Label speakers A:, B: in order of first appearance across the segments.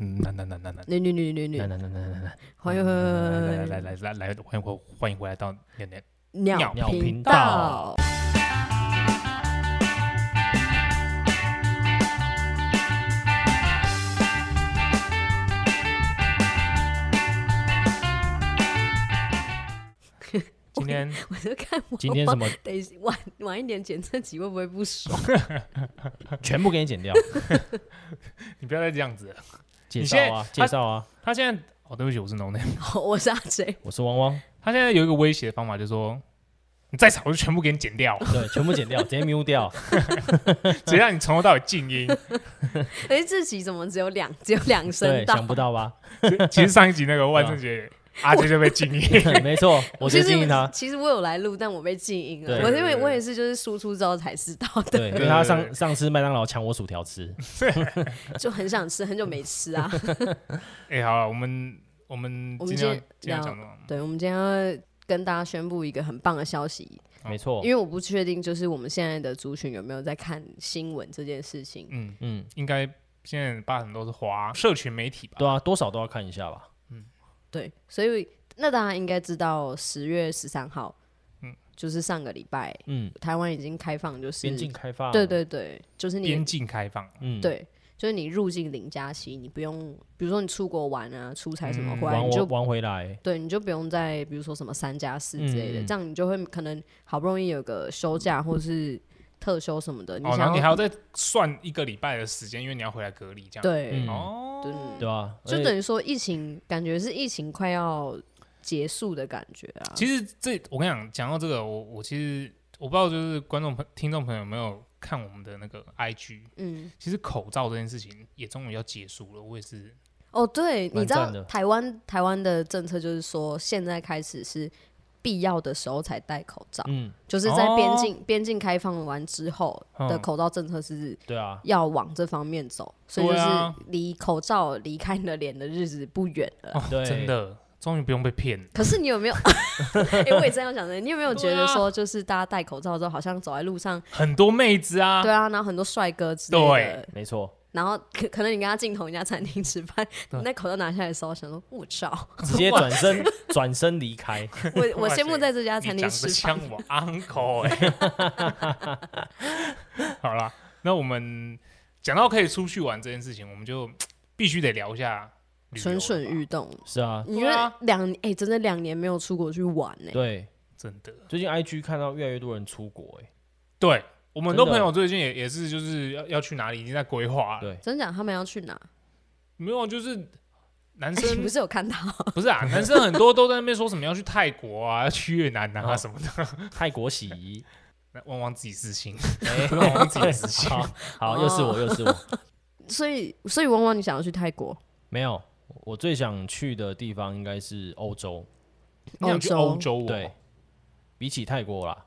A: 嗯
B: 来来来来来
A: 女女女
B: 来
A: 女女，
B: 来来来来 来，
A: 欢迎
B: 来来来来来，欢迎回欢迎回来到念 念。
A: 鸟
B: 鸟
A: 频
B: 频
A: 道
B: 道。今天
A: 我就看我
B: 今天
A: 妈
B: 什么
A: 等一下晚晚一点剪这集会不会不爽？
C: 全部给你 剪掉，
B: 你不要再这样子了。
C: 介
B: 你现
C: 绍
B: 在
C: 啊，介绍啊，
B: 他现在哦，对不起，我是农内。
A: 好我是阿 J，
C: 我是汪汪，
B: 他现在有一个威胁的方法，就是说你再吵我就全部给你剪 掉，
C: 对，全部剪掉，直接 mute 掉，
B: 直接让你从头到尾静音。
A: 哎，这集怎么只有两只有两声
C: 对，
A: 道？
C: 想不 到吧？
B: 其实上一集那个万圣
A: 啊
B: 节，阿杰就被静音。
C: 没错，我
A: 其
C: 就
A: 实
C: 建议他，
A: 其实我有来录，但我被静音了。
C: 对
A: 我因为
B: 对对
A: 我也是就是输出之后才知道的，
C: 对，因
B: 对
C: 为他
B: 对对
C: 上上次麦当劳抢我薯条吃，
A: 就很想吃，很久没吃啊。
B: 哎、好了，我们我们
A: 我们
B: 今
A: 今
B: 天要
A: 天
B: 今天要
A: 聊
B: 讲什么？
A: 对，我们今天要跟大家宣布一个很棒的消息，
B: 哦
C: 没错
A: 嗯因，为我不确定就是我们现在的族群有没有在看新闻这件事情。
B: 嗯，
C: 嗯，
B: 应该现在八成都是华社群媒体吧？
C: 对啊，多少都要看一下吧，
A: 对，所以那大家应该知道，十月十三号，
B: 嗯
A: 就是上个礼拜，
C: 嗯，
A: 台湾已经开放，就是
C: 边境开放，
A: 对，对对，就是你
B: 边境开放，
C: 嗯，，
A: 对，就是你入境零加七，你不用，比如说你出国玩啊、出差什么，
B: 嗯
A: 回来
C: 玩
A: 你
C: 我
A: 就
C: 玩回来，
A: 对，你就不用再比如说什么三加四之类的，
C: 嗯嗯
A: 这样你就会可能好不容易有个休假或是特休什么的，你
B: 哦，
A: 想
B: 然
A: 要、
B: 后你还要再算一个礼拜的时间，因为你要回来隔离这样。，
A: 对、
C: 嗯
B: 哦，
A: 对，
C: 对啊哎吧？
A: 就
C: 而且
A: 等于说疫情感觉是疫情快要结束的感觉啊。
B: 其实这我跟你讲，讲到这个，我我其实我不知道，就是观众朋听众朋友有没有看我们的那个 IG，
A: 嗯，
B: 其实口罩这件事情也终于要结束了，我也是，
A: 哦，对，你
C: 蛮
A: 知道
C: 赞的
A: 台湾台湾的政策就是说，现在开始是必要的时候才戴口罩，
C: 嗯，
A: 就是在边
B: 哦
A: 境边、境开放完之后的
B: 嗯
A: 口罩政策是
C: 对啊，
A: 要往这方面走，所以就
B: 对
A: 是
B: 啊
A: 离口罩离开你的脸的日子不远了。
B: 哦，
C: 对
B: 真的，终于不用被骗了。
A: 可是你有没有？ 哎、我也这样想的。你有没有觉
B: 对
A: 得
B: 啊
A: 说，就是大家戴口罩之后，好像走在路上，
B: 很多妹子啊，
A: 对啊，然后很多帅哥之类的
B: 对，
C: 没错，
A: 然后可可能你跟他进同一家餐厅吃饭，你
B: 对
A: 那口罩拿下来的时候，想说，我操，
C: 直接转身转身离开，
A: 我我先不在这家餐
B: 你
A: 厅
B: 讲
A: 吃
B: 的
A: 饭
B: 像。我 uncle 哎、 好啦，那我们讲到可以出去玩这件事情，我们就必须得聊一下旅游
A: 蠢蠢
B: 了吧
A: 欲动。
C: 是啊，
A: 因为
B: 对啊
A: 两哎、真的两年没有出国去玩欸呢、
C: 对，
B: 真的，
C: 最近 IG 看到越来越多人出国，哎，
B: 对我们很多
C: 真的
B: 朋友最近也也是就是要要去哪里已经在规划了，
C: 对，
A: 真讲他们要去哪？
B: 没有啊就是。男
A: 哎 你
B: 生
A: 不是有看到？
B: 不是啊，男生很多都在那边说什么要去泰国啊、要 去越南啊
C: 哦
B: 什么的，
C: 泰国洗衣，
B: 那汪汪自己私心，
C: 哎，
B: 汪汪自己私心。
C: 好，好，又是我，又是
B: 哦
C: 我。
A: 所以所以汪汪，你想要去泰国、
C: 没有，我最想去的地方应该是欧洲。
B: 你想去欧
A: 欧
B: 洲、哦？
C: 对，，比起泰国啦，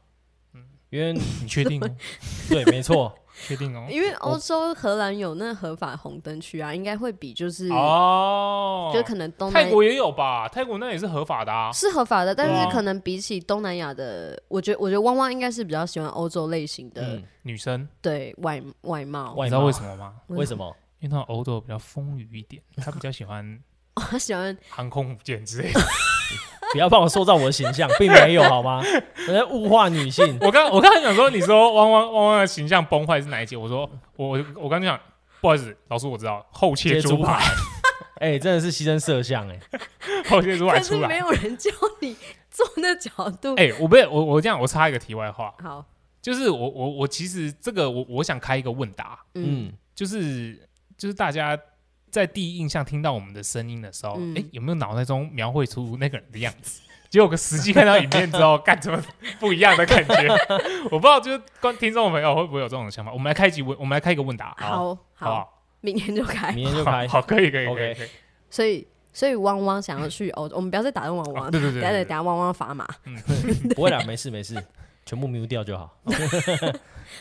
C: 因为
B: 嗯 你确定哦？
C: 对，没错，
B: 确定哦？
A: 因为欧洲荷兰有那合法红灯区啊，应该会比就是、
B: 哦，
A: 就可能东南
B: 泰国也有吧？泰国那也是合法的啊。
A: 是合法的，但
B: 对
A: 是
B: 啊
A: 可能比起东南亚的，我觉得我觉得汪汪应该是比较喜欢欧洲类型的、
C: 嗯，
B: 女生，
A: 对外外貌，
C: 外
B: 你知道
C: 貌
B: 为什么吗？
A: 为
C: 为什么？
B: 因为那种欧洲比较丰腴一点，她比较喜欢
A: 哦他 喜欢
B: 航空母舰之类的。
C: 不要帮我塑造我的形象，并没有好吗？我在物化女性。
B: 我刚我刚才想说，你说 汪汪汪汪的形象崩坏是哪一集？我说我我我刚讲，不好意思，老师我知道后切
C: 切
B: 猪
C: 猪
B: 排，
C: 哎、真的是牺牲摄像哎、
B: 后切猪排
A: 但是
B: 出
A: 没
B: 来。
A: 有人教你 做那角 度。
B: 哎、我被我我这样，我插一个题外话，
A: 好，
B: 就是我我我其实这个我我想开一个问答，
A: 嗯
C: 嗯，
B: 就是就是大家在第一印象听到我们的声音的时候，哎、
A: 嗯
B: 有没有脑袋中描绘出那个人的样子？ 结果实际看到影片之后， 干什么不一样的感觉？ 我不知道，就是观听众朋友会不会有这种想法？我们来开一集问，我们来开一个问答，
A: 好
B: 好不好？
A: 明天就开。
C: 明天 就开。
B: 哎好，可以，可以，可以
C: OK
B: 可以。
A: 所以所以汪汪想要去欧洲，我们不要再打断汪
B: 哦
A: 汪，
B: 对对对
A: 等下
B: 对
A: 等下汪汪罚码。
C: 不会啦，没事没事，全部 mute 掉就好。
A: 好，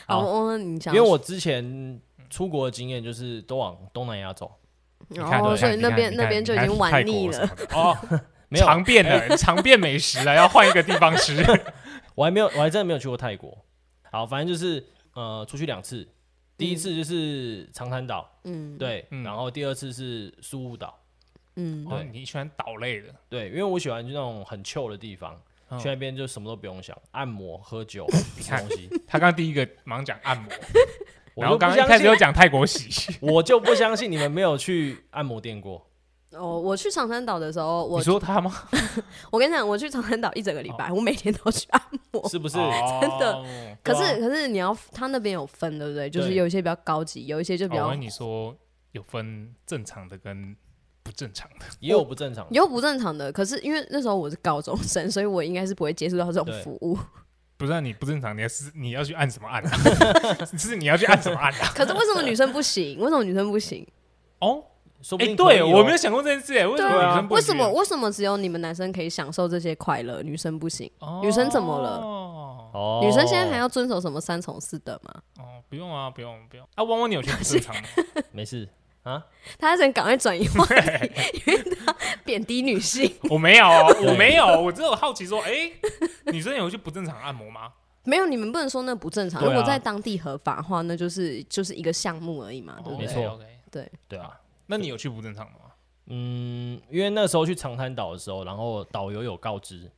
C: 好
A: 哦汪汪，你想
C: 因为我之前出国的经验就是都往东南亚走，
B: 你看
A: 然后
B: 你看
A: 哦所以
B: 你
A: 那
B: 看
A: 边
B: 你
A: 那
B: 看
A: 边
B: 你
A: 就已
B: 看
A: 经
B: 去
A: 玩
B: 泰
A: 腻
B: 国什
A: 了。
B: 么的哦，
C: 没 有，
B: 常变的，常变美食了，要换一个地方吃。
C: 我还没有，我还真的没有去过泰国。好，反正就是呃，出去两次，第一次就是长滩岛，
A: 嗯，，
C: 对，
B: 嗯
C: 然后第二次是苏雾岛，
A: 嗯，
B: 哦，
C: 对
B: 你喜欢岛类的，
C: 对，因为我喜欢就那种很 chill 的地方，
B: 嗯
C: 去那边就什么都不用想，按摩、喝 酒、吃
B: 看
C: 东西。
B: 他刚刚第一个忙讲按 摩，
C: 我
B: 然后
C: 就不
B: 刚刚一开
C: 相
B: 始又
C: 信，
B: 讲泰国洗，
C: 我就不相信你们没有去按摩 店过。
A: 哦，我去长滩岛的时候， 我
B: 你说哦他吗？
A: 我跟你讲，我去长滩岛一整个礼拜，我每天都去按 摩。
C: 是不是？
B: 真
A: 的
B: 的
A: 可
C: 对啊
A: 是可是你要，他那边有分，对不对？就是
C: 对
A: 有一些比较高级，有一些就比
B: 哦我
A: 较
B: 跟你说，有分正常的跟不正常的，
C: 也有不正常的，
A: 有不正常的。可是因为那时候我是高中生，所以我应该是不会接触到这种
C: 对
A: 服务。
B: 不是啊你不正常，你要是你要去按什么按啊？是你要去按什么按啊？
A: 可是为什么女生不行？为 什么女生不行？
B: 哦，
C: 说不
B: 哎，
C: 定可以
B: 对
C: 哦
B: 我没有想过这件事，哎，为什
A: 对
B: 么
A: 啊
B: 女生不
A: 为什么
B: 行
A: 为什么只有你们男生可以享受这些快乐，女生不行？
B: 哦
A: 女生怎么了
B: 哦，
C: 哦
A: 女生现在还要遵守什么三从四德吗？
B: 哦，不用啊，不用不用啊，汪汪，你有去不正常 吗？
C: 没事啊？
A: 他想赶快转移话题，因为他贬低女性。
B: 我没有，哦
C: 对
B: 我没有，我只有好奇说，哎，女生有去不正常按摩吗？
A: 没有，你们不能说那不正常。
C: 对
A: 如
C: 啊
A: 果在当地合法的话，那就是就是一个项目而已嘛，
B: 哦
A: 对不
C: 没
A: 对？
C: 错
B: ，OK。
A: 对，
C: 对啊，
B: 那你有去不正常的吗？
C: 嗯，因为那时候去长滩岛的时候，然后导游有告知，
B: 哦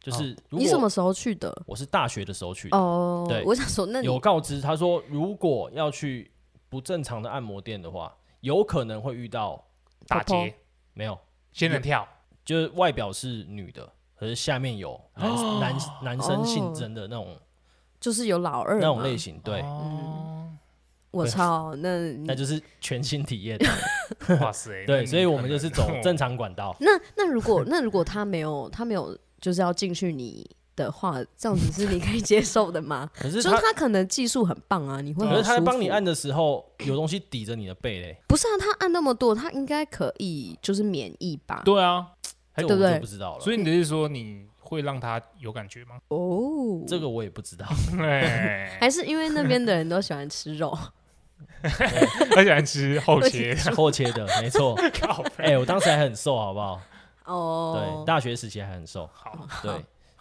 C: 就是如
A: 你什
C: 果
A: 么时候去的？
C: 我是大学的时候去的，
A: 哦
C: 对，
A: 我想说，那你
C: 有告知他说，如果要去不正常的按摩店的话，有可能会遇到
B: 打
A: 婆婆
B: 结，
C: 没有，
B: 仙人跳，
C: 就是外表是女的，可是下面有男、
A: 哦
C: 男男生性征的那种、
A: 就是有老哦二啊
C: 那种
A: 嘛
C: 类，型，对，
B: 哦，
A: 我操，那。
C: 那就是全新体验，
B: 哇塞，那
C: 对，
B: 你
C: 所以我们
B: 可
C: 就是
B: 能
C: 走正常管道
A: 那那如果那如果他没有他没有就是要进去你的话，这样子是你可以接受的吗？
C: 可是
A: 就是
C: 他，
A: 他可能技术很棒啊，你会
C: 可
A: 很
C: 是他在
A: 舒服
C: 帮你按，的时候，有东西抵着你的背嘞，
A: 不是啊？他按那么多，他应该可以就是免疫吧？
B: 对啊，
C: 还有
A: 哎对
C: 我
A: 不
C: 就
A: 对
C: 不知道了，
B: 所以你的意思是说你会让他有感觉 吗？
A: 哦，
C: 这个我也不知道。
B: 对，
A: 还是因为那边的人都喜欢吃 肉，
B: 他喜欢吃后 切，
C: 后切的，没错。
B: 靠
C: 哎、我当时还很瘦，好不好？
A: 哦
C: 对，，大学时期还很瘦。
B: 好，
C: 对，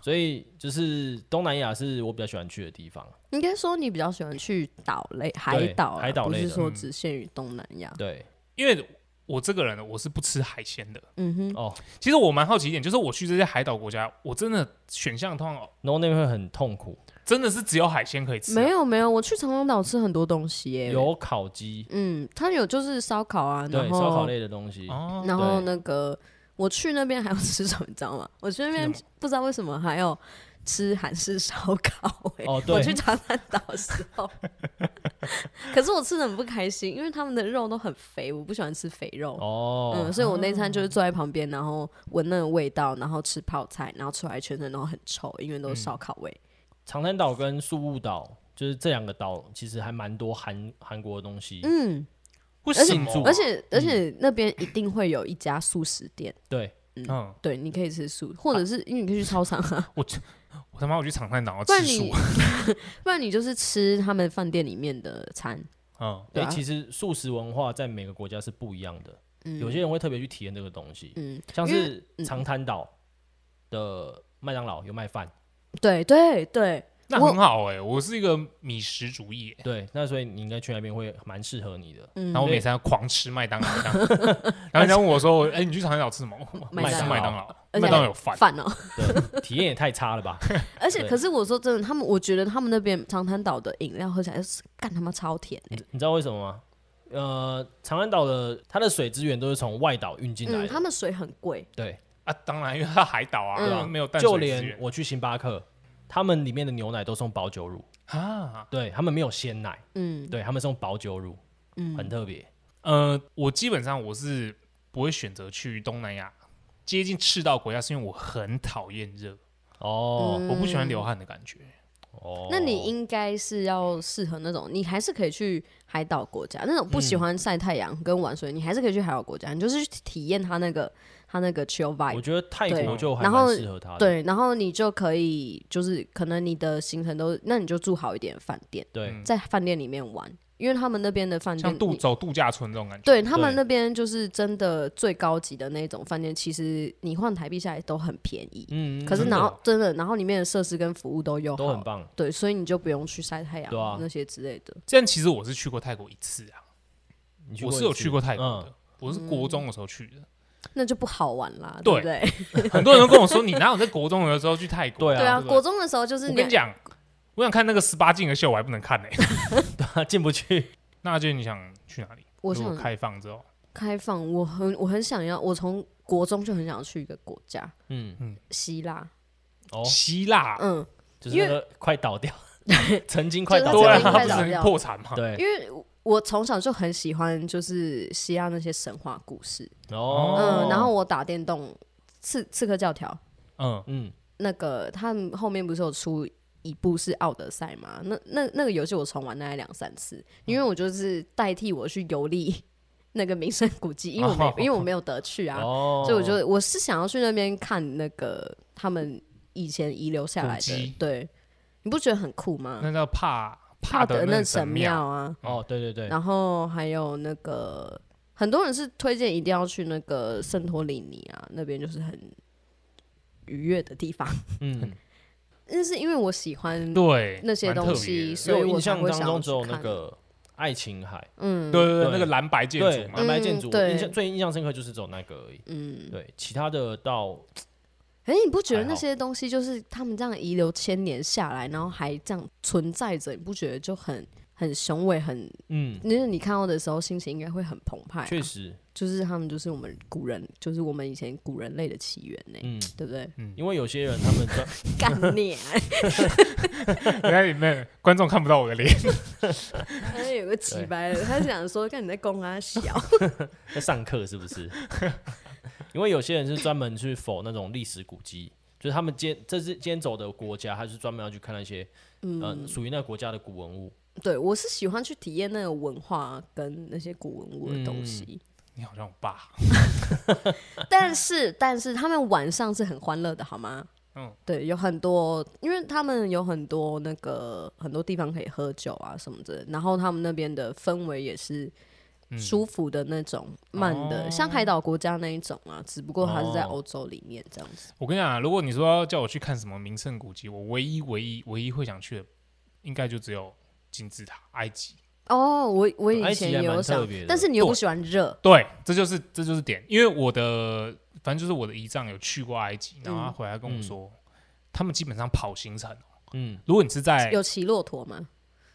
C: 所以就是东南亚是我比较喜欢去的地方。
A: 应该说你比较喜欢去岛类、海岛啊、
C: 海岛类的嗯
A: 不是说只限于东南亚。
C: 对，
B: 因为我这个人我是不吃海鲜的。
A: 嗯哼，
C: 哦，
B: 其实我蛮好奇一点，就是我去这些海岛国家，我真的选项通常
C: 然后那边会很痛苦，
B: 真的是只有海鲜可以吃啊，
A: 没有没有，我去长滩岛吃很多东西耶、
C: 有烤鸡，
A: 嗯，它有就是烧烤啊，
C: 对，
A: 然
C: 烧烤
A: 后
C: 类的东西。
B: 哦，
A: 然后
C: 对
A: 那个我去那边还要吃什么，你知道吗？我去那边
B: 吃
A: 不知道为什么还要吃韩式烧烤、欸。
C: 哦，对
A: 我，去长滩岛的时候，可是我吃的很不开心，因为他们的肉都很肥，我不喜欢吃肥肉。
C: 哦
A: 嗯，，所以我那餐就是坐在旁边，然后闻那个味道，然后吃泡菜，然后出来全身都很臭，因为都是烧烤味。
C: 长滩岛跟宿务岛，就是这两个岛，其实还蛮多韩韩国的东西。
A: 嗯，
B: 为
A: 而
B: 什
A: 且
B: 么啊？
A: 而且而且那边一定会有一家素食店，
C: 对，
B: 嗯，
A: 对，你可以吃素，或者是因为你可以去超商啊，
B: 我去我他妈我去长滩岛
A: 不然
B: 吃素
A: 你， 不然你就是吃他们饭店里面的餐。
B: 嗯，
A: 对
C: 哎、
A: 啊
C: 其实素食文化在每个国家是不一样的，
A: 嗯，
C: 有些人会特别去体验这个东西，
A: 嗯，
C: 像
A: 因为
C: 是长滩岛的麦当劳有卖饭。
A: 对对对，
B: 那
A: 我
B: 很好哎，我是一个米食主义欸，
C: 对，那所以你应该去那边会蛮适合你的。
A: 嗯
B: 然后我每餐狂吃麦当劳，这样然后人家问我说：“哎，你去长滩岛吃什么？”
A: 麦
B: 我吃
A: 当劳
B: 麦当劳，
A: 而且
B: 麦当劳有饭，
A: 饭哦、
C: 对，体验也太差了吧？
A: 而且
C: 对
A: 可是我说真的，他们我觉得他们那边长滩岛的饮料喝起来是干他妈超甜欸
C: 你你知道为什么吗？呃，长安岛的它的水资源都是从外岛运进来
A: 嗯，
C: 的，
A: 他们水很贵，
C: 对，
B: 啊，当然，因为它海岛啊，
A: 嗯
B: 对吧没有淡
C: 就
B: 水资
C: 连
B: 源
C: 我去星巴克，他们里面的牛奶都是用保酒乳，
B: 啊。
C: 对他们没有鲜奶，
A: 嗯
C: 对他们是用保酒乳，
A: 嗯，
C: 很特别。
B: 呃，我基本上我是不会选择去东南亚接近赤道国家，是因为我很讨厌热，
C: 哦
B: 我不喜欢流汗的感觉。
A: 嗯
C: 哦，
A: 那你应该是要适合那种，你还是可以去海岛国家，那种不喜欢晒太阳跟玩水，你还是可以去海岛国家，你就是去体验它那个它那个 chill
C: 我
A: vibe。
C: 觉得泰国
B: 对
C: 就还
A: 然后
C: 蛮适合他的，
A: 对，然后你就可以，就是可能你的行程都，那你就住好一点的饭店，
C: 对
B: 嗯
A: 在饭店里面玩，因为他们那边的饭
B: 像
A: 店，
B: 度
A: 嗯你
B: 走度假村这种感觉。
A: 对他们
C: 对
A: 那边就是真的最高级的那种饭店，其实你换台币下来都很便宜。
C: 嗯，
A: 可是
C: 真
A: 然
C: 的
A: 后真的，然后里面的设施跟服务都有，
C: 都很。棒，
A: 对，所以你就不用去晒太阳
C: 对啊
A: 那些之类的。
B: 这样其实我是去过泰国一次啊，
C: 你
B: 我
C: 一
B: 是有
C: 次
B: 去过泰国
C: 嗯
B: 的，我是国中的时候去的。
A: 那就不好玩啦，
B: 对
A: 不对？
B: 很多人都跟我说，你哪有在国中的时候去泰国？
C: 对
A: 对啊，
B: 不
A: 国中的时候就是
B: 我跟你讲，我想看那个十八禁的秀，我还不能看呢。 啊
C: 进不去。
B: 那就你想去哪里？
A: 我
B: 如果
A: 想
B: 开放之后，
A: 开放，我很我很想要，我从国中就很想去一个国家，
C: 嗯，
A: 希腊，
C: 哦，
B: 希腊
A: 嗯，
C: 就是
A: 因
C: 那
A: 为
C: 个快倒 掉，曾经
A: 就
C: 快
A: 是
C: 倒
A: 曾
B: 对
C: 掉
B: 啊，
A: 经
B: 它
A: 快
B: 不
A: 倒掉
B: 是破产吗？
C: 对，
A: 因为我从小就很喜欢就是希腊那些神话故事，
C: 哦，
A: 嗯，然后我打电动刺刺客教条，
B: 嗯，
C: 嗯，
A: 那个他们后面不是有出一部是《奥德赛》吗？那那那个游戏我重玩大概两三次，因为我就是代替我去游历 那个名胜古迹，因为我没、
B: 哦
A: 因为我没有得去啊，
C: 哦，
A: 所以我就我是想要去那边看那个他们以前遗留下来
B: 古迹
A: 的，对，你不觉得很酷吗？
B: 那叫帕
A: 帕德
B: 德
A: 嫩
B: 嫩
A: 神庙
B: 庙，
A: 啊，
C: 哦，对对对，
A: 然后还有那个很多人是推荐一定要去那个圣托里尼啊，那边就是很愉悦的地方。
C: 嗯，
A: 那是因为我喜欢，
B: 对，
A: 那些
B: 蛮
A: 东
B: 特
A: 西
B: 别的
A: 所以
C: 因为
A: 我
C: 印
A: 才
C: 象
A: 会
C: 当
A: 想要
C: 中
A: 去
C: 只有那
A: 看
C: 个爱琴海，
A: 嗯
B: 对对
C: 对
B: 对，那个蓝白建
C: 对，
B: 筑嘛
C: 蓝，白
A: 嗯
C: 建筑，我
A: 对
C: 印象最印象深刻就是只有那个而已。
A: 嗯，
C: 对，其他的到
A: 哎、你不觉得
C: 还
A: 那
C: 好
A: 些东西就是他们这样遗留千年下来，然后还这样存在着，你不觉得就很很雄伟，很
C: 嗯，
A: 就是你看到的时候心情应该会很澎湃啊、
C: 确实，
A: 就是他们就是我们古人，就是我们以前古人类的起源呢、
C: 嗯，
A: 对不对？
C: 因为有些人他们专
A: 干你、啊！
B: 人家里面哎观众看不到我的脸，
A: 他有个起白的，他想说，看你在公啊小，
C: 在上课是不是？ 因为有些人是专门去否那种历史古迹，就是他们今天这是今天走的国家，他是专门要去看那些嗯、呃属于那个国家的古文物。
A: 对，我是喜欢去体验那个文化跟那些古文物的东
C: 嗯
A: 西，
B: 你好像我爸，
A: 但是但是他们晚上是很欢乐的，好吗？
B: 嗯
A: 对，有很多，因为他们有很多那个很多地方可以喝酒啊什么的，然后他们那边的氛围也是
B: 嗯哦
A: 舒服的那种、慢的，像海岛国家那一种啊，只不过它是在
C: 哦
A: 欧洲里面这样子。
B: 我跟你讲啊，如果你说要叫我去看什么名胜古迹，我唯一唯一唯一会想去的，应该就只有金字塔，埃及。
A: 哦，我我
C: 埃
A: 以
C: 及
A: 前
C: 还
A: 也
C: 蛮
A: 有
C: 特
B: 哦
A: 想
C: 别的，
A: 但是你又不
B: 对
A: 喜欢热，
B: 对，这就是这就是点，因为我的反正就是我的姨丈有去过埃及，然后他
A: 嗯
B: 回来跟我说，他们基本上跑行程哦，
C: 嗯，
B: 如果你是在
A: 有骑骆驼吗？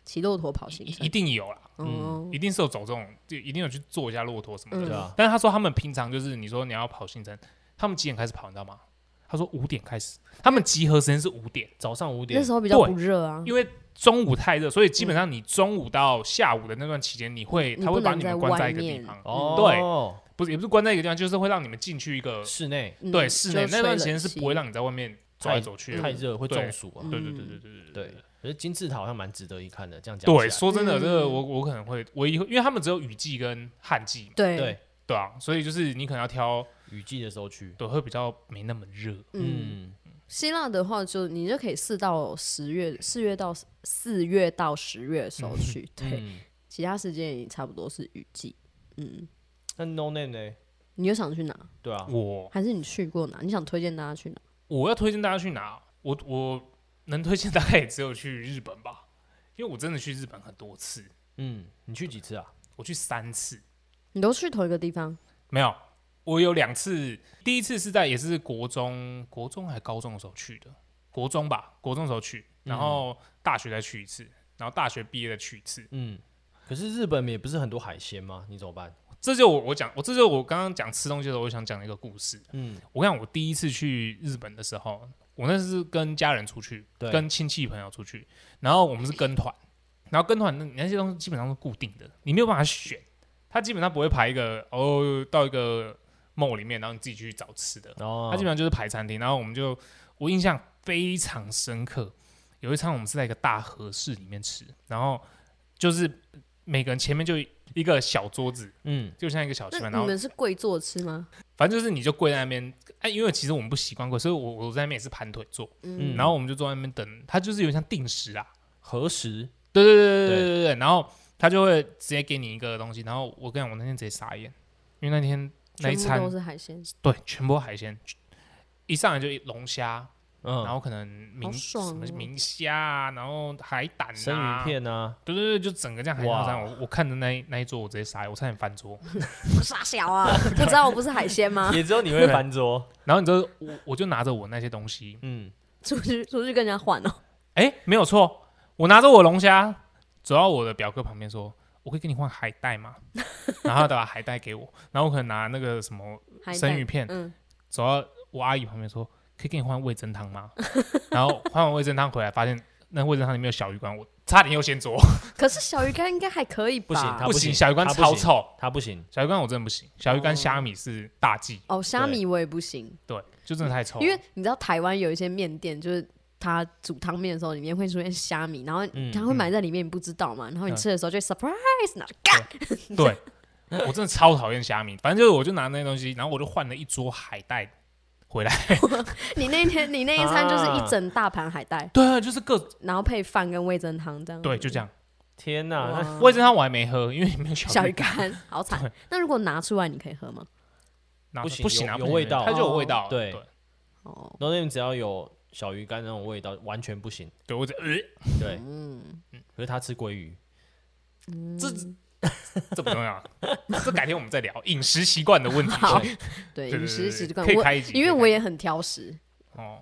A: 骑骆驼跑行
B: 一
A: 程
B: 一，定有啦，
A: 哦
B: 一定是有走这种，就一定有去坐一下骆驼什
A: 嗯
B: 么的。
C: 对啊，
B: 但是他说他们平常就是你说你要跑行程，他们几点开始跑，你知道吗？他说五点开始，他们集合时间是五点，
C: 早上五
A: 那
C: 点
A: 时，候比较
B: 对
A: 不热啊，
B: 因为中午太热，所以基本上你中午到下午的那段期间，你会
A: 嗯你
B: 他会
A: 不
B: 把
A: 能
B: 你
A: 在
B: 们关在
A: 外
B: 一个地
A: 面
B: 方，
C: 哦，
B: 不是也不是关在一个地方，就是会让你们进去一个
C: 对，室内
A: 嗯
B: 对室内
A: 就
B: 那
A: 吹
B: 段
A: 冷
B: 时间是
A: 气
B: 不会让你在外面走来走去的。
C: 太热会
B: 对
C: 中暑啊。
B: 对对
A: 嗯
B: 对对对对
C: 对，可是金字塔好像蛮值得一看的，这样讲起来。
B: 对，说真的，
A: 嗯
B: 这个我我可能会唯一，因为他们只有雨季跟旱季嘛，
A: 对
C: 对，
B: 对啊，所以就是你可能要挑
C: 雨季的时候去，
B: 对会比较没那么热。
A: 嗯，
C: 嗯，
A: 希腊的话就你就可以四到十月，四月到四月到十月的时候去，对，
C: 嗯
A: 其他时间也差不多是雨季。嗯，
C: 那 No Name 呢？
A: 你又想去哪？
C: 对啊，
B: 我
A: 还是你去过哪？你想推荐大家去哪？
B: 我要推荐大家去哪？我我能推荐大概也只有去日本吧，因为我真的去日本很多次，
C: 嗯，你去几次啊？
B: 我去三次，
A: 你都去同一个地方？
B: 没有，我有两次，第一次是在也是国中、国中还高中的时候去的，国中吧，国中的时候去，然后大学再去一次，然后大学毕业再去一次，
C: 嗯，可是日本也不是很多海鲜吗？你怎么办？
B: 这就我我讲，我这就我刚刚讲吃东西的时候，我想讲的一个故事。
C: 嗯，
B: 我跟你讲，我第一次去日本的时候，我那是跟家人出去，
C: 对
B: 跟亲戚朋友出去，然后我们是跟团，然后跟团那那些东西基本上是固定的，你没有办法选，他基本上不会排一个哦到一个 mall 里面，然后你自己去找吃的，
C: 哦
B: 他基本上就是排餐厅，然后我们就我印象非常深刻，有一餐我们是在一个大和室里面吃，然后就是每个人前面就一个小桌子，
C: 嗯，
B: 就像一个小吃
A: 那
B: 饭，然
A: 你
B: 后
A: 们是跪坐吃吗？
B: 反正就是你就跪在那边，哎，因为其实我们不习惯跪，所以我我在那边也是盘腿坐，
A: 嗯
C: 嗯
B: 然后我们就坐在那边等，它就是有点像定时啊，
C: 何时？
B: 对对对对对对对，然后他就会直接给你一个东西，然后我跟你讲，我那天直接傻眼，因为那天那一
A: 全部
B: 餐
A: 都是海鲜，
B: 对全部海鲜，一上来就一龙虾，
C: 嗯，
B: 然后可能明
A: 好爽
B: 什么
A: 哦
B: 明虾啊，然后海胆啊，
C: 生鱼，片啊，
B: 对对对，就整个这样海鲜
C: 哇
B: 上，我我看着那一那一桌，我直接傻眼，我差点翻桌。
A: 傻小啊！ 不知道我不是海鲜
B: 啊
A: 吗？
C: 也只有你会 翻桌，
B: 然后你知道，我我就拿着我那些东西，
C: 嗯，
A: 出去出去跟人家换哦，
B: 哎，没有错，我拿着我龙虾走到我的表哥旁边说：“我可以跟你换海带吗？” 然后他把海带给我，然后我可能拿那个什么
A: 海
B: 生
A: 带
B: 鱼。 片
A: 嗯，
B: 走到我阿姨旁边说：“可以跟你换味噌汤吗？” 然后换完味噌汤回来，发现那味噌汤里面有小鱼干，我差点又先做，
A: 可是小鱼干应该还可以吧？
C: 不行它
B: 不
C: 啊不行
B: 小鱼干
C: 他不
B: 超
C: 行
B: 臭，
C: 他不行，
B: 小鱼干我真的不行，小鱼干虾米是大忌，
A: 哦，虾米我也不行，
B: 对，就真的太臭了，
A: 因为你知道台湾有一些面店，就是它煮汤面的时候里面会出现虾米，然后
C: 嗯
A: 它会埋在里面，你不知道嘛，然后你
B: 嗯
A: 吃的时候就 surprise，然后
B: 对。我真的超讨厌虾米，反正就是我就拿那些东西，然后我就换了一桌海带回来。
A: 你那一天你那一餐就是
C: 啊
A: 一整大盘海带，
B: 对啊，就是各
A: 然后配饭跟味噌汤这样。
B: 对，就这样。啊
C: 天哪，那
B: 味噌汤我还没喝，因为没有小
A: 小鱼
B: 鱼干
A: 干好惨。那如果拿出来，你可以喝吗？
B: 拿
C: 不
B: 出来
C: 行
B: 不行啊，
C: 有
B: 不
C: 有
B: 行
C: 味道
B: 它就有味
A: 哦
B: 道了。
C: 对
B: 对
A: 哦，
C: No Name 只要有小鱼干那种味道，完全 不行。
B: 对，我这呃
C: 对，
A: 嗯，
C: 可是他吃 鲑鱼，
B: 这这不重要， 这改天我们再聊饮食习惯的问题。
A: 好
B: 对
A: 对，
B: 对
A: 饮
B: 对
A: 食习惯
B: 可以
A: 我
B: 开一集，
A: 因为
B: 可以
A: 我
B: 开
A: 也很挑食，
B: 哦，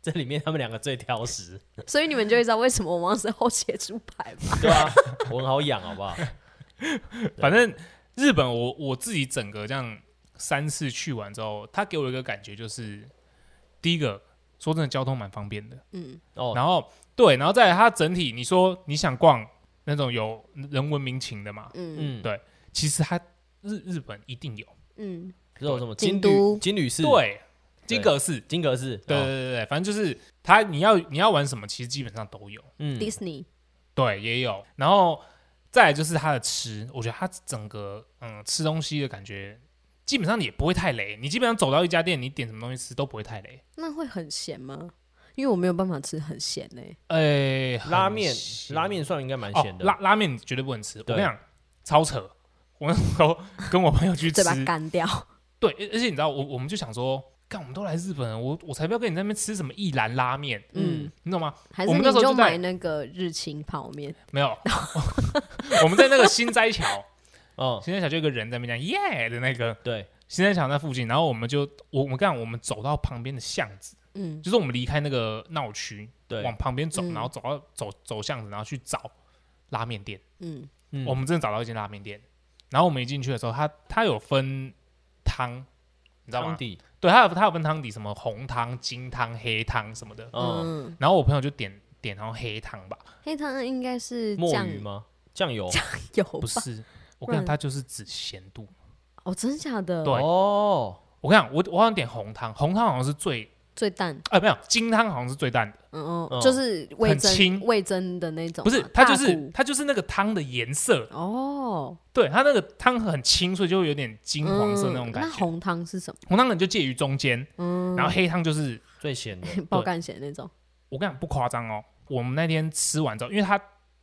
C: 这里面他们两个最 挑食，
A: 所以你们就会知道为什么我王是后写猪排吧。
C: 对啊，我很好养，好不好？
B: 反正日本我我自己整个这样三次去完之后，他给我一个感觉就是，第一个说真的交通蛮方便的，
A: 嗯，
C: 哦，
B: 然后对，然后再来它整体，你说你想逛那种有人文民情的嘛，
A: 嗯
C: 嗯，
B: 对其实它日日本一定有，
A: 嗯，
C: 这种什么
A: 京
C: 金
A: 都
C: 旅金旅市，，
B: 对，金阁寺。
C: 金格市，
B: 对对
C: 哦，
B: 对对，反正就是它，你要你要玩什么，其实基本上都有，
C: 嗯，
A: ，Disney
B: 对，也有。然后再来就是它的吃，我觉得它整个嗯吃东西的感觉，基本上也不会太雷。你基本上走到一家店，你点什么东西吃都不会太雷。
A: 那会很咸吗？因为我没有办法吃很咸欸呢、
B: 哎，
C: 拉
B: 很
C: 面
B: 咸
C: 拉面算应该蛮
B: 哦
C: 咸，的，
B: 拉拉面绝对不能吃。我
C: 对
B: 跟你讲，超扯。我那时候跟我朋友去吃
A: 嘴，巴 干掉。
B: 对，而而且你知道，我我们就想说，干，我们都来日本了，我我才不要跟你在那边吃什么一兰拉面，
A: 嗯，
B: 你懂吗？
A: 还
B: 我
A: 是
B: 们
A: 你
B: 那时候
A: 就
B: 就在
A: 买那个日清泡面，
B: 没有， 我们在那个新斋桥，
C: 嗯，
B: 新斋桥就有一个人在那边讲耶的那个
C: 对，
B: 新斋桥那附近，然后我们就我我们刚我们走到旁边的巷子，
A: 嗯，
B: 就是我们离开那个闹区，
C: 对
B: 往旁边走，
A: 嗯
B: 然后走到走走巷子，然后去找拉面店。
A: 嗯
C: 嗯
B: 我们真的找到一间拉面店，然后我们一进去的时候，它它有分汤，你知道
C: 汤
B: 吗？
C: 底，
B: 对，它有它有分汤底，什么红汤、金汤、黑汤什么的。
C: 嗯，
A: 嗯，
B: 然后我朋友就点点然后黑汤吧，
A: 黑糖应该是
C: 墨
A: 酱
C: 鱼吗？酱油，
A: 油
B: 不
A: 吧？
B: 是，我跟你
A: 不然
B: 讲，它就是指咸度。
A: 哦，真假的？
B: 对
C: 哦，
B: 我跟你讲，我我好像点红汤，红汤好像是最
A: 最淡，
B: 啊、没有金汤好像是最淡的，
A: 嗯哦
C: 嗯，
A: 就是味
B: 很轻
A: 增味增的那种
B: 不
A: 嘛，
B: 是它就
A: 大
B: 是
A: 骨
B: 它就是那个汤的颜色，
A: 哦，
B: 对它那个汤很清，所以就会有点金黄色那种
A: 嗯
B: 感
A: 那
B: 觉。
A: 红汤是什么？
B: 红汤可能就介于中间，
A: 嗯，
B: 然后黑汤就是
C: 最咸 的，
A: 爆干咸那种，
B: 我跟你讲不夸张哦，我们那天吃完之后，因为它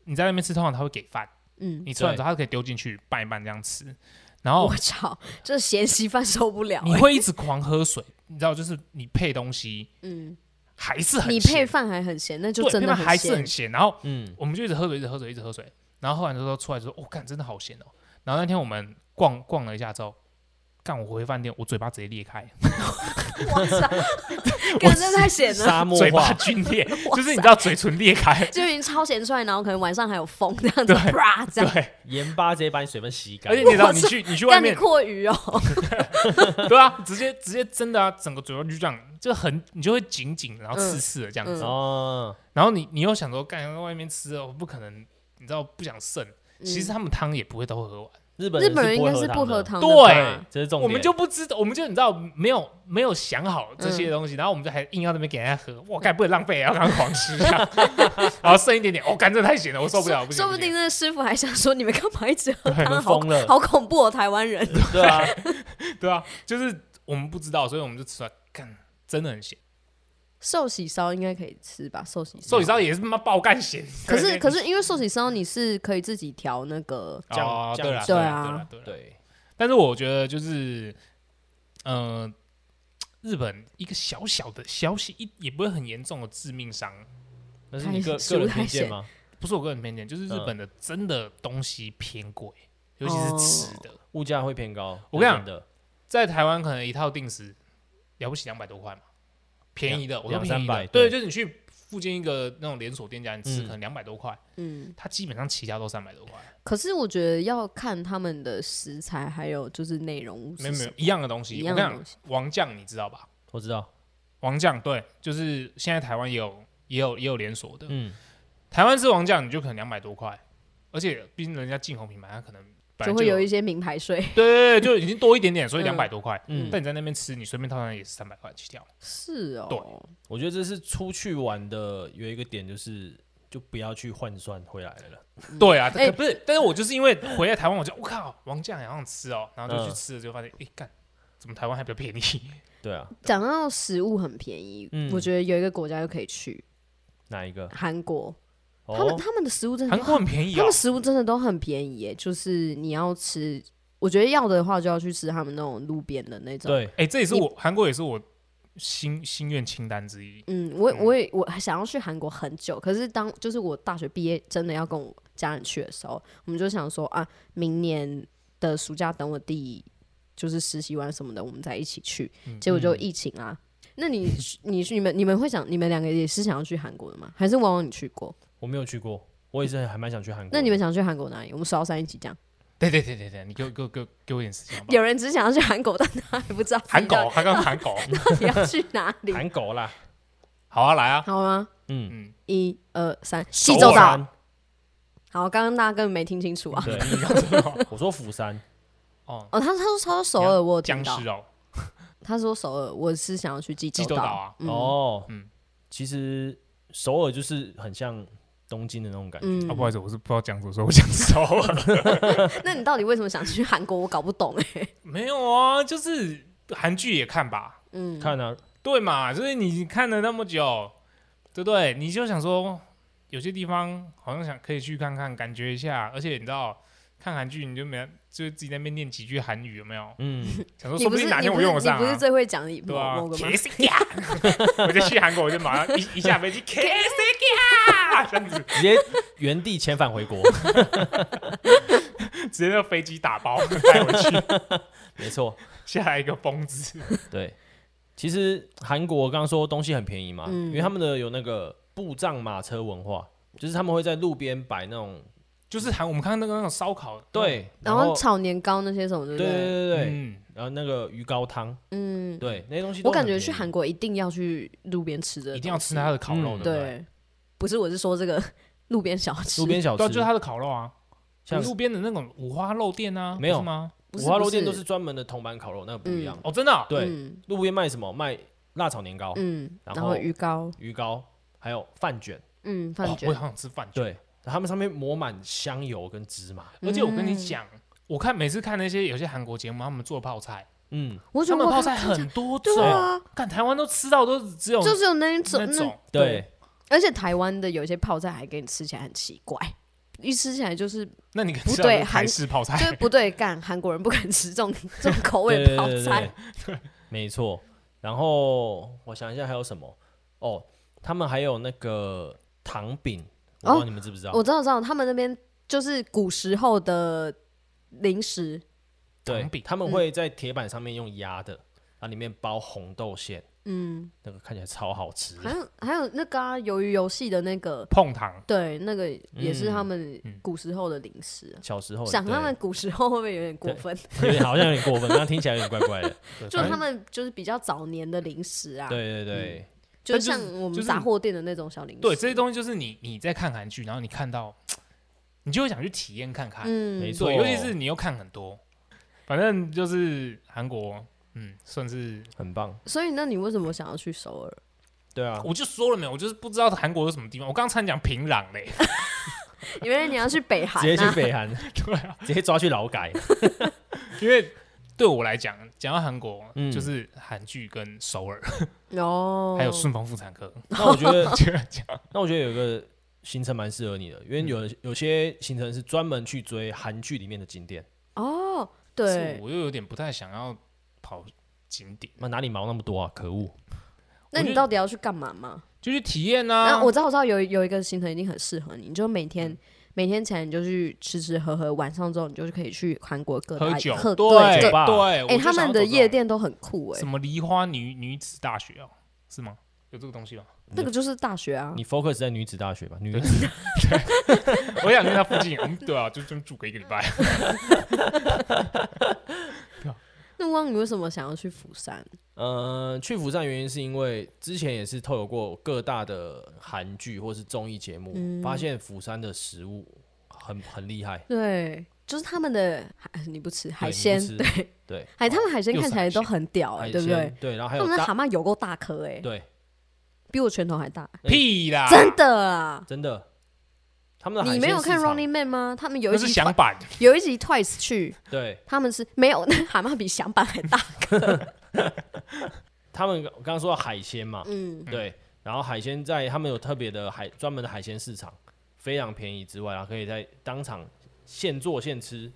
B: 你在那边吃，通常他会给饭，
A: 嗯，
B: 你吃完之后他可以丢进去拌一拌这样吃，然后
A: 我操，这咸稀饭受不了
B: 哦
A: 欸，
B: 你会一直狂喝水，你知道就是你配东西
A: 嗯，
B: 还是很
A: 你
B: 咸
A: 配饭还很咸，那就
B: 对
A: 真
B: 配
A: 的
B: 饭还是
A: 咸
B: 很，咸，然后。
C: 嗯，
B: 我们就一直喝水，一直喝水，一直喝水。然后喝完之后出来就说：“哦，干，真的好咸哦。”然后那天我们逛逛了一下之后，干，我回饭店，我嘴巴直接裂开，
A: 哇 塞，干这太咸了。
C: 沙漠
B: 嘴巴
C: 化，
B: 皲裂，
A: 哇
B: 就是你
A: 塞，
B: 知道嘴唇裂开
A: 就已经超咸出来，然后可能晚上还有风这样子，
B: 对
A: 啪 这
B: 对
A: 样。。
C: 盐巴直接把你水分吸干
B: 而且，你知道，
A: 哇
B: 你
A: 塞
B: 去你去外
A: 干你
B: 面，
A: 阔鱼哦，
B: 对啊，直接直接真的啊，整个嘴巴就这样，就很你就会紧紧的，然后
A: 嗯
B: 刺刺的这样子。
C: 哦，
B: 然后你你又想说，干，在外面吃哦，不可能，你知道不想剩。
A: 嗯
B: 其实他们汤也不会都喝完，
C: 日本
A: 日本人应该是
C: 不
A: 不
C: 喝
A: 喝
C: 汤
A: 汤
B: 的
A: 的
B: 吧对？
A: 吧
C: 的，这是重点，
B: 我们就不知道，我们就你知道没有没有想好这些
A: 嗯
B: 东西，然后我们就还硬要在那边给人家喝，我干不能浪费，要赶快狂吃 啊，然后剩一点点，我、哦、干这太咸了，我受不了，不行
A: 说不 定
B: 行
A: 那个师傅还想说你们干嘛一直喝
C: 你们
A: 汤，好
C: 疯了，
A: 好恐怖哦，台湾人。
C: 对啊，
B: 对啊，就是我们不知道，所以我们就吃了，干真的很咸。
A: 寿喜烧应该可以吃吧？寿喜
B: 寿喜烧也是他妈爆干咸，
A: 可是可是因为寿喜烧你是可以自己调那个，
C: 酱
B: 哦，
C: 酱
B: 对啦
A: 对
B: 啦
A: 啊
B: 对啦对啦
C: 对，
B: 但是我觉得就是，嗯，日本一个小小的、小小一也不会很严重的致命伤，
C: 那是你个
A: 太食
C: 个人
A: 物太
C: 偏见
A: 咸
C: 吗？
B: 不是我个人偏见，就是日
C: 嗯
B: 本的真的东西偏贵，尤其
A: 哦
B: 是吃的，
C: 物价会偏高，
B: 我跟你
C: 真的
B: 在台湾可能一套定时了不起两百多块嘛，便宜的，
C: 两
B: 我说便宜
C: 两
B: 的，
C: 三百
B: 对，
C: 对
B: 就是你去附近一个那种连锁店家，你吃
C: 嗯
B: 可能两百多块，
A: 嗯，
B: 它基本上其他都三百多块，
A: 可是我觉得要看他们的食材，还有就是内容物
B: 没有
A: 是
B: 没
A: 什
B: 有
A: 么。
B: 一样的东西。
A: 一
B: 我
A: 样
B: 跟
A: 的
B: 你讲
A: 东西，
B: 王酱你知道吧？
C: 我知道，
B: 王酱对，就是现在台湾也有也有也有连锁的，
C: 嗯，
B: 台湾吃王酱你就可能两百多块，而且毕竟人家进口品牌，它可能本来
A: 就会有
B: 有
A: 一些名牌税，
B: 对对对，就已经多一点点，所以
A: 嗯
B: 两百多块。
C: 嗯
B: 但你在那边吃，你随便套餐也是三百块起跳。
A: 是哦，
C: 我觉得这是出去玩的有一个点，就是就不要去换算回来了。
B: 对啊，
A: 哎
B: 可不是，但是我就是因为回来台湾，我就我靠，王酱也好想吃哦，然后就去
C: 嗯
B: 吃了，就发现，哎干，怎么台湾还比较便宜？
C: 对啊，
A: 讲到食物很便宜，
C: 嗯
A: 我觉得有一个国家就可以去，
C: 哪一个？
A: 韩国，他们
C: 哦，
A: 他们的食物真的
B: 韩
A: 都
B: 国很便宜
A: 嗯他
B: 哦
A: 们，食物真的都很便宜耶，就是你要吃，我觉得要的话就要去吃他们那种路边的那种。
C: 对，
B: 哎，这也是我韩国也是我心心愿清单之一。
A: 嗯，我也
B: 嗯
A: 我也我想要去韩国很久，可是当就是我大学毕业真的要跟我家人去的时候，我们就想说啊，明年的暑假等我弟就是实习完什么的，我们再一起去。结果就疫情啊。那你 你你们你们会想你们两个也是想要去韩国的吗？还是往往你去过？
C: 我没有去过，我也是还蛮想去韩国的。
A: 那你们想去韩国哪里？我们数到三一起讲。
B: 对对对对对，你给我给我给我给我一点时间好不好。
A: 有人只想要去韩国，但他还不知道自己
B: 韩
A: 到
B: 狗，他跟韩狗，
A: 到底要去哪里。
C: 韩狗啦，
B: 好啊，来啊，
A: 好吗？
C: 嗯，
B: 嗯，
A: 一二三，
B: 首
A: 济
B: 尔
A: 州岛。
C: 釜
A: 好，刚刚大家根本没听清楚啊。
C: 山，
B: 你要知道
C: 对， 我说釜山，
B: 哦，
A: 哦，他他说他说首尔，我有听
B: 僵
A: 到
B: 尸。哦，
A: 他说首尔，我是想要去济
B: 济州岛
A: 岛。
B: 啊，
C: 哦，
B: 嗯
C: 其实首尔就是很像东京的那种感觉。
A: 嗯
B: 啊，不好意思，我是不知道讲什么，所以 我讲首尔。
A: 那你到底为什么想去韩国？我搞不懂哎。
B: 没有啊，就是韩剧也看吧，
A: 嗯，
C: 看啊，
B: 对嘛？所以你看了那么久，对不对？你就想说，有些地方好像想可以去看看，感觉一下。而且你知道，看韩剧你就没就是自己在那边念几句韩语，有没有？
C: 嗯，
B: 想说，
A: 你
B: 说
A: 不
B: 定
A: 是
B: 哪
A: 你
B: 天
A: 不
B: 我
A: 是
B: 用得
A: 你
B: 上
A: 不是
B: 啊。
A: 最会讲某
B: 对啊
A: 某个吗
B: k？s s 我就去韩国，我就马上一一下飞 机 k s s 这样子，
C: 直接原地遣返回 国，
B: 直接让飞机打包带回 去，
C: 没错，
B: 下来一个疯子。
C: 对。其实韩国刚刚说东西很便宜嘛，
A: 嗯
C: 因为他们的有那个布障马车文化，就是他们会在路边摆那种
B: 就是韩，我们看那个那种烧烤，，
C: 对，
A: 然
C: 后
A: 后炒年糕那些什么，对
C: 对
A: 不
C: 对
A: 对？
C: 对对，
B: 嗯，
C: 然后那个鱼糕汤，
A: 嗯，
C: 对那些东西都
A: 我
C: 很
A: 感
C: 便宜，
A: 觉去韩国一定要去路边吃的，
B: 一定要吃它。的烤肉
C: 嗯
B: 的，
A: 对，不是，我是说这个 路边小吃。
C: 路边小
B: 对啊，
C: 吃，
B: 就是它的烤肉啊，
C: 像
B: 路边的那种五花肉店啊，
C: 没有
B: 不是吗？
A: 不
C: 五
A: 是
C: 花
A: 不
C: 肉店
A: 是
C: 都是专门的铜板烤肉，那个不一样。
B: 哦，真的啊，
C: 对，
A: 嗯
C: 路边卖什么？卖辣炒年糕、
A: 嗯，
C: 然
A: 然后
C: 后
A: 鱼糕，
C: 鱼糕，还有饭卷。
A: 嗯，
B: 哦
A: 饭
B: 我
A: 卷
B: 也，好想吃饭卷。
C: 对，他们上面抹满香油跟芝麻。
B: 而且我跟你
A: 嗯
B: 讲，我看每次看那些有些韩国节目，他们做泡菜，
C: 嗯，
A: 我
B: 他
A: 觉得
B: 们
A: 我
B: 泡
A: 好
B: 菜
A: 像
B: 很多种
A: 对，啊，
B: 看台湾都吃到都只有
A: 就嗯只有那一种
B: 那种，
C: 对，
A: 而且台湾的有一些泡菜还给你吃起来很奇怪，一吃起来就是
B: 那你可
A: 不
B: 知道
A: 对
B: 是台
A: 韩
B: 式泡菜
A: 就是不对干，韩国人不肯吃这种这种口
C: 对
A: 味
C: 对
A: 泡
C: 对
A: 菜
C: 对， 没错。然后我想一下还有什么？哦，他们还有那个糖饼，我不知道
A: 哦
C: 你们知不知道？
A: 我知道，知道，他们那边就是古时候的零食，
C: 对
B: 糖饼，
C: 他们会
A: 嗯
C: 在铁板上面用压的，然后里面包红豆馅，
A: 嗯，
C: 那个看起来超好吃。
A: 还有还有那个啊鱿、鱼游戏的那个，
B: 碰糖，
A: 对，那个也是
C: 嗯
A: 他们
B: 嗯
A: 古时候的零食啊、
C: 小时候
A: 想
C: 对
A: 他们古时候会不会有点过
C: 对
A: 分？
C: 有点好像有点过分，那听起来有点怪怪的。
B: 对
A: 就
B: 反
A: 他
B: 正
A: 们就是比较早年的零食啊，
C: 对对对，
A: 就
B: 但就是
A: 像我
B: 就
A: 们
B: 是
A: 杂货店的那种小零食。
B: 对这些东西，就是你你在看韩剧，然后你看到，你就会想去体验看看，
A: 嗯，
C: 没错
B: 对，尤其是你又看很多，反正就是韩国，嗯，算是
C: 很棒。
A: 所以那你为什么想要去首尔？
C: 对啊，
B: 我就说了没有，我就是不知道韩国有什么地方。我刚才讲平壤嘞，
A: 原来你要去北韩、啊，
C: 直接去北韩，
B: 对啊，
C: 直接抓去劳改。
B: 因为对我来讲，讲到韩国，
C: 嗯
B: 就是韩剧跟首尔，
A: 哦，
B: 还有顺丰妇产科。
C: 那我觉得
B: 就 这样
C: 那我觉得有一个行程蛮适合你的，因为有
A: 嗯
C: 的有些行程是专门去追韩剧里面的景点，
A: 哦，
B: 是
A: 对，
B: 我又有点不太想要跑景点，
C: 那哪里毛那么多啊？可恶！
A: 那
B: 我
A: 你
B: 就
A: 到底要去干嘛吗？
B: 就去体验
A: 那、
B: 啊。嗯
A: 我知道，我知道有有一个行程一定很适合你，你就每天、每天起来你就去吃吃喝喝，晚上之后你就可以去韩国各
B: 喝
A: 大
B: 酒，
A: 喝
B: 对
A: 对
C: 酒。吧
B: 对，
A: 哎、
B: 我就
A: 他
B: 想要
A: 们
B: 走
A: 的
B: 这
A: 夜
B: 种
A: 店都很酷哎、
B: 什么梨花女女子大学哦，是吗？有这个东西 吗？
A: 哎那个就是大学啊。
C: 你 focus 在女子大学吧，女子
B: 我想去它附近，嗯，对啊，就这么住个一个礼 拜。
A: 那汪，你为什么想要去釜山？
C: 呃，去釜山原因是因为之前也是透有过各大的韩剧或是综艺节目，
A: 嗯
C: 发现釜山的食物很很厉害，
A: 对，就是他们的海，你不吃海
C: 对
A: 鲜，
C: 你不吃
A: 对，
C: 对，
A: 海哎他们海鲜
B: 又是
A: 看起来都
B: 海
A: 很屌哎、
C: 海
A: 对不
C: 鲜
A: 对？
C: 对，然后还
A: 他
C: 有
A: 们的
C: 大
A: 蛤蟆有够大颗哎、
C: 对，
A: 比我拳头还大，
B: 屁啦，
A: 真的啊！
C: 真的，他们的海
A: 你
C: 鲜
A: 没有
C: 市
A: 看《
C: 场
A: Running Man》吗？他们有
B: 那
A: 一
B: 是
A: 集
B: 想
A: Twi-
B: 版，
A: 有一集 Twice 去，
C: 对
A: 他们是没有，那蛤蟆比响板 还大。
C: 他们刚刚说到海鲜嘛，
A: 嗯，
C: 对，然后海鲜在他们有特别的海专门的海鲜市场，非常便宜之外，然后可以在当场现做现吃，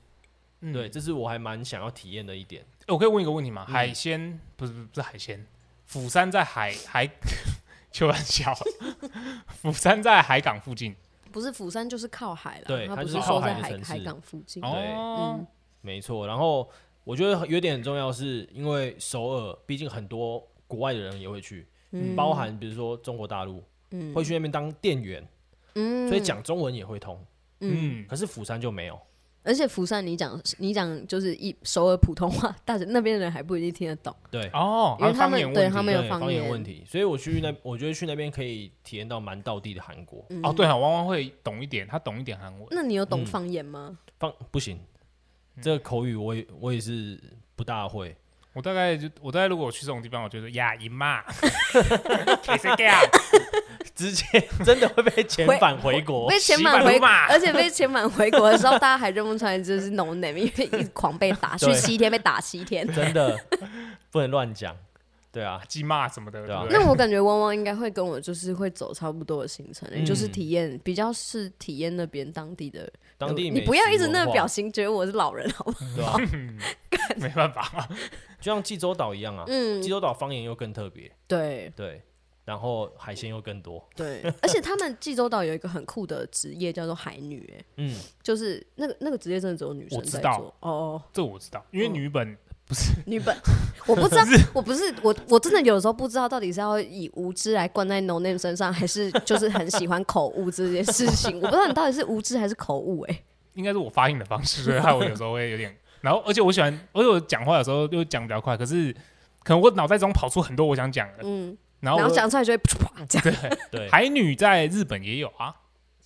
B: 嗯
C: 对，这是我还蛮想要体验的一点。
B: 欸我可以问一个问题
A: 嗯
B: 吗？海鲜不是不是不是海鲜，釜山在海海， 就很小。 釜山在海港附近
A: 不是釜山就是靠海了，
C: 对
A: 它
C: 它
A: 不
C: 就是
B: 靠
A: 说
B: 海
A: 在
C: 的
A: 海
C: 城市
A: 海港附近。
B: 哦，
A: 嗯
C: 没错，然后我觉得有点很重要，是因为首尔，毕竟很多国外的人也会去，
A: 嗯
C: 包含比如说中国大陆，
B: 嗯
C: 会去那边当店员，
A: 嗯，
C: 所以讲中文也会通。
B: 嗯，
C: 可是釜山就没有，
A: 而且釜山你讲你讲就是一首尔普通话，大家那边的人还不一定听得懂，
C: 对，
B: 哦，
A: 因为他
B: 方
A: 们
B: 言
A: 对
B: 问
A: 他
B: 题。
A: 们有
C: 对
A: 方
C: 方
A: 言
C: 问题，所以我去那，我觉得去那边可以体验到蛮道地的韩国
B: 哦，
A: 嗯
B: 对啊，汪汪会懂一点，他懂一点韩文。
A: 那你有懂
C: 嗯
A: 方言吗？
C: 方，不行，这个口语我也我也是不大会，
B: 我大概就我大概如果我去这种地方，我就说呀姨 妈，给谁给啊？
C: 直接真的会被遣
A: 回
C: 返回国
A: 被。遣返回
B: 西班牙，
A: 而且被遣返回国的时候，大家还认不出来就是 no name，因为一直狂被 打，去
C: 对
A: 七天被打七天。
C: 真的不能乱讲。对啊，
B: 鸡骂什么的，
C: 对
B: 对
C: 啊
B: 不对？
A: 那我感觉汪汪应该会跟我就是会走差不多的行程、欸，就是
C: 嗯
A: 体验比较是体验那边当地的
C: 当地
A: 你
C: 美
A: 不要
C: 食
A: 一直那
C: 文
A: 个
C: 化
A: 表哦情，觉得我是老人好吗？
C: 对吧、啊
B: 没办法，
C: 就像济州岛一样啊，
A: 嗯
C: 济，州岛方言又更特别，
A: 对
C: 对，然后海鲜又更多，
A: 对，而且他们济州岛有一个很酷的职业叫做海女、欸，
C: 嗯，
A: 就是那个那个职业真的只有女生
B: 我知
A: 在
B: 道
A: 做。哦哦，
B: 这我知道，因为
A: 嗯
B: 女本
A: 女本， 我不知道， 我不是我，我真的有时候不知道到底是要以无知来灌在 No Name 身上，还是就是很喜欢口误这件事 情。我不知道你到底是无知还是口误、欸，
B: 应该是我发音的方式，所以害我有时候会有点。然后，而且我喜欢，而且我讲话有时候就讲比较快，可是可能我脑袋中跑出很多我想讲的，
A: 嗯，
B: 然后
A: 然
B: 我
A: 后讲出来就会 啪 这样，
C: 对，
B: 海女在日本也有啊，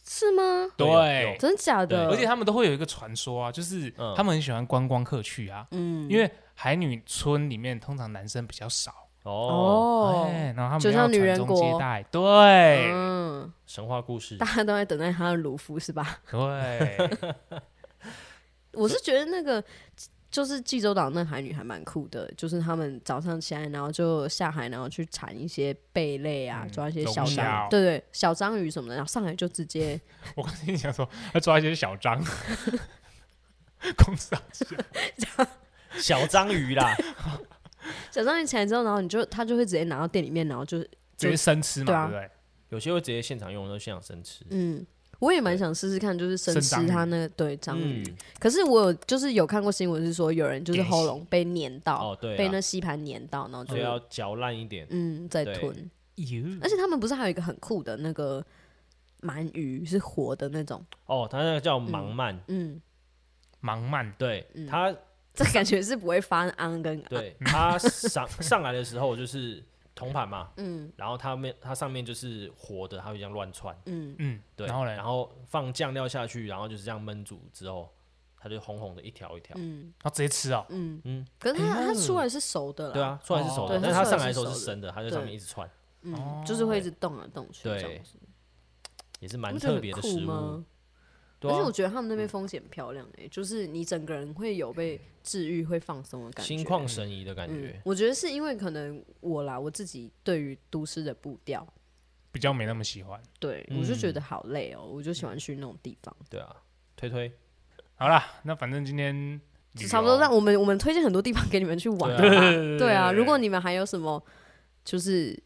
A: 是吗？
C: 对
B: 对
C: 有
A: 真假的？
B: 而且他们都会有一个传说啊，就是
C: 嗯
B: 他们很喜欢观光客去啊，
A: 嗯，
B: 因为海女村里面通常男生比较少，
C: 哦，
A: 哦，
B: 哎，然后他们
A: 就像
B: 要
A: 女人
B: 传宗接
A: 国
B: 待，对
A: 嗯，
C: 神话故事
A: 大，家都在等待他的鲁夫是吧？
B: 对，
A: 我是觉得那个就是济州岛那海女还蛮酷的，就是他们早上起来，然后就下海，然后去产一些贝类啊，
B: 嗯
A: 抓一些
B: 龙
A: 小
B: 虾
A: 章
B: 哦，
A: 对对，小章鱼什么的，然后上来就直接
B: 我刚才想说要抓一些小 张，公司啊
C: 小章鱼啦，
A: 小章鱼起来之后，然后你就他就会直接拿到店里面，然后就
B: 直接生吃
A: 对
B: 嘛，
A: 啊
B: 对不对？
C: 有些会直接现场用，有些现场生吃，
A: 嗯。我也蛮想试试看，就是生
B: 生
A: 吃
B: 章鱼
A: 它那个对章鱼。
C: 嗯，
A: 可是我有就是有看过新闻是说，有人就是
B: 给洗
A: 喉咙被粘到，
C: 哦对啊，
A: 被那嗯吸盘粘到，然后就
C: 所以要嚼烂一点，
A: 嗯再
C: 对
A: 吞。
B: 有
A: 而且他们不是还有一个很酷的那个鳗鱼是活的那种，
C: 哦，它那个叫盲鳗，
A: 嗯，
B: 盲慢，
C: 对，
A: 嗯
C: 它
A: 这感觉是不会发安跟昂，
C: 对它上上来的时候就是铜盘嘛，
A: 嗯
C: 然后它面它上面就是活的，它会这样乱窜，
A: 嗯，
B: 嗯，
C: 对，
B: 然后嘞，
C: 然后放酱料下去，然后就是这样焖煮之后，它就红红的一条一条，
A: 嗯
B: 然后直接吃哦，
A: 嗯
C: 嗯
A: 可是它它出来是熟的啦，
C: 对，啊，出来是熟
A: 哦
C: 的，
A: 对
C: 但是
A: 它
C: 它
A: 出来
C: 上来的时候
A: 是
C: 是
A: 熟的
C: 生的，它在上面一直窜，
A: 哦嗯，就是会一直动来动去，
C: 对
A: 这样子，
C: 也是蛮
A: 你不觉得
C: 特
A: 很
C: 别的
A: 酷
C: 食物。
A: 吗？
C: 对
A: 而且
C: 啊
A: 我，觉得他们那边风险漂亮诶、就是你整个人会有被治愈、会放松的感觉。
C: 心旷神怡的感
A: 嗯
C: 觉，。
A: 我觉得是因为可能我啦，我自己对于都市的步调，
B: 比较没那么喜欢。
A: 对、
C: 嗯
A: 我就觉得好累哦、我就喜欢去那种地方。
C: 对啊，推推，
B: 好啦，那反正今天旅游
A: 差不多让我们我们推荐很多地方给你们去玩，
C: 对
A: 好不
C: 啊
A: 好
B: 对对对
A: 对啊，
B: 对
A: 如果你们还有什么就是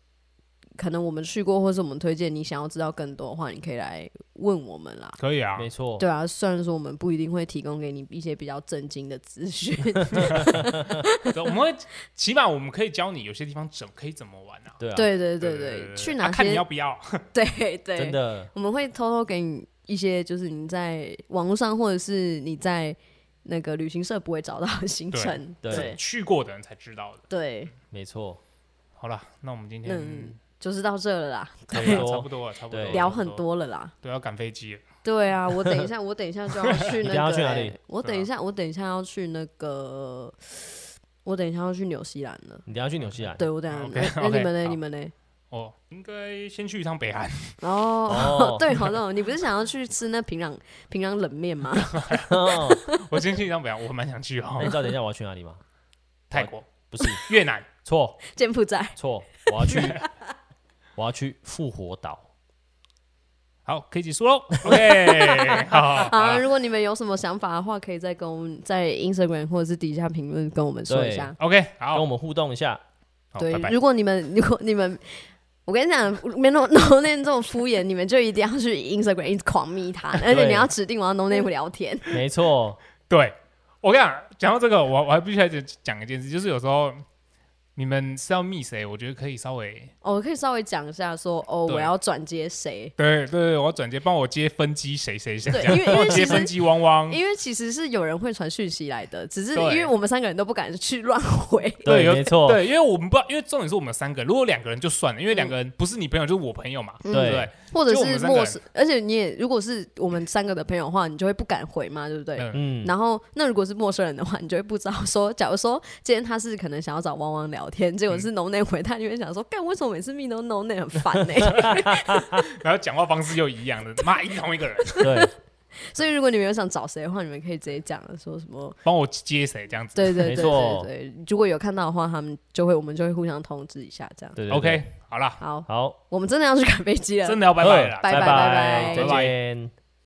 A: 可能我们去过，或是我们推荐你想要知道更多的话，你可以来问我们啦。
B: 可以啊，
C: 没错，
A: 对啊，虽然说我们不一定会提供给你一些比较震惊的资讯，
B: 对我们会起码我们可以教你有些地方怎可以怎么玩啊。
C: 对啊，
A: 对对
B: 对
A: 对
B: 对，
A: 对，去
B: 啊
A: 哪
B: 看你
A: 些
B: 要不要。
A: 对对，
C: 真的
A: 我们会偷偷给你一些，就是你在网络上或者是你在那个旅行社不会找到的行程。
C: 对
B: 对，去过的人才知道的。
A: 对，
C: 没错，
B: 好啦，那我们今天
A: 嗯就是到这了啦，
B: 差
C: 差
B: 差
C: 不多
B: 不多了，差不多了
C: 对
A: 聊很，多了啦。
B: 对，要赶飞机了。
A: 对啊，我等一下，我等一下就要去
C: 你
A: 那
C: 等一下
A: 个、
C: 去哪里
A: 欸我等一下，我等一下要去那个，我等一下要去纽西兰了。
C: 你等一下去纽西兰，
A: 对，我等一下，
B: OK，
A: 那那
B: OK，好
A: 你们呢？你们呢？
B: 哦，应该先去一趟北韩。
A: 哦
C: 哦，
A: 对，好像你不是想要去吃那平壤平壤冷面吗？
C: 哦
B: 我先去一趟北韩，我蛮想去哦
C: 那你。知道等一下我要去哪里吗？
B: 泰国、
C: 不是，
B: 越南，
C: 错
A: 柬埔寨，
C: 错，我要去，我要去复活岛。
B: 好，可以结束喽。OK，好 好，啊好
A: 好，啊
B: 啦
A: 如果你们有什么想法的话，可以再跟我们在 Instagram 或者是底下评论跟我们说一下。
B: OK，
C: 跟我
B: 好，
C: 们互动一下，
B: 好
A: 对，
B: 拜拜。
A: 如果你们如果你们，我跟你讲，没 no no name 这种敷衍，你们就一定要去 Instagram 一直狂密他，而且你要指定我要 no name 聊天。
C: 没错，
B: 对，我跟你讲，讲到这个，我我还必须还得讲一件事，就是有时候你们是要密谁，我觉得可以稍微
A: 哦，我可以稍微讲一下说，哦，
B: 对
A: 我要转接谁？
B: 对对对，我要转接，帮我接分机谁谁谁，
A: 对
B: 这样
A: 因为因为
B: 帮我接
A: 其实
B: 分机汪汪，
A: 因为其实是有人会传讯息来的，只是因
B: 对
A: 为我们三个人都不敢去乱回。
B: 对
C: 对，
B: 有
C: 没错，
B: 对，因为我们不知道，因为重点是我们有三个人，如果两个人就算了，因为两个人不是你朋友就是我朋友嘛，对
A: 嗯
B: 不
C: 对
B: 对？
A: 或者
B: 就我们
A: 是
B: 三个人
A: 陌生，而且你也如果是我们三个的朋友的话，你就会不敢回嘛，对不对？
B: 嗯
C: 嗯，
A: 然后那如果是陌生人的话，你就会不知道说，假如说今天他是可能想要找汪汪聊天，
B: 嗯
A: 结果是 no name 回他，你会想说，干为什么每次密都 no name 很烦呢、
B: 然后讲话方式又一样的，妈一定同一个人，
C: 对，
A: 所以如果你们有想找谁的话，你们可以直接讲说什么，
B: 帮我接谁这样子。
A: 对对
C: 没
A: 对
C: 错
A: 对对，如果有看到的话，他们就会我们就会互相通知一下这样。
C: 对对
B: OK，好啦，
A: 好，
C: 好，
A: 我们真的要去赶飞机了，
B: 真的要拜拜了啦，
A: 拜
C: 拜
A: 拜拜
C: 再
B: 拜
C: 见。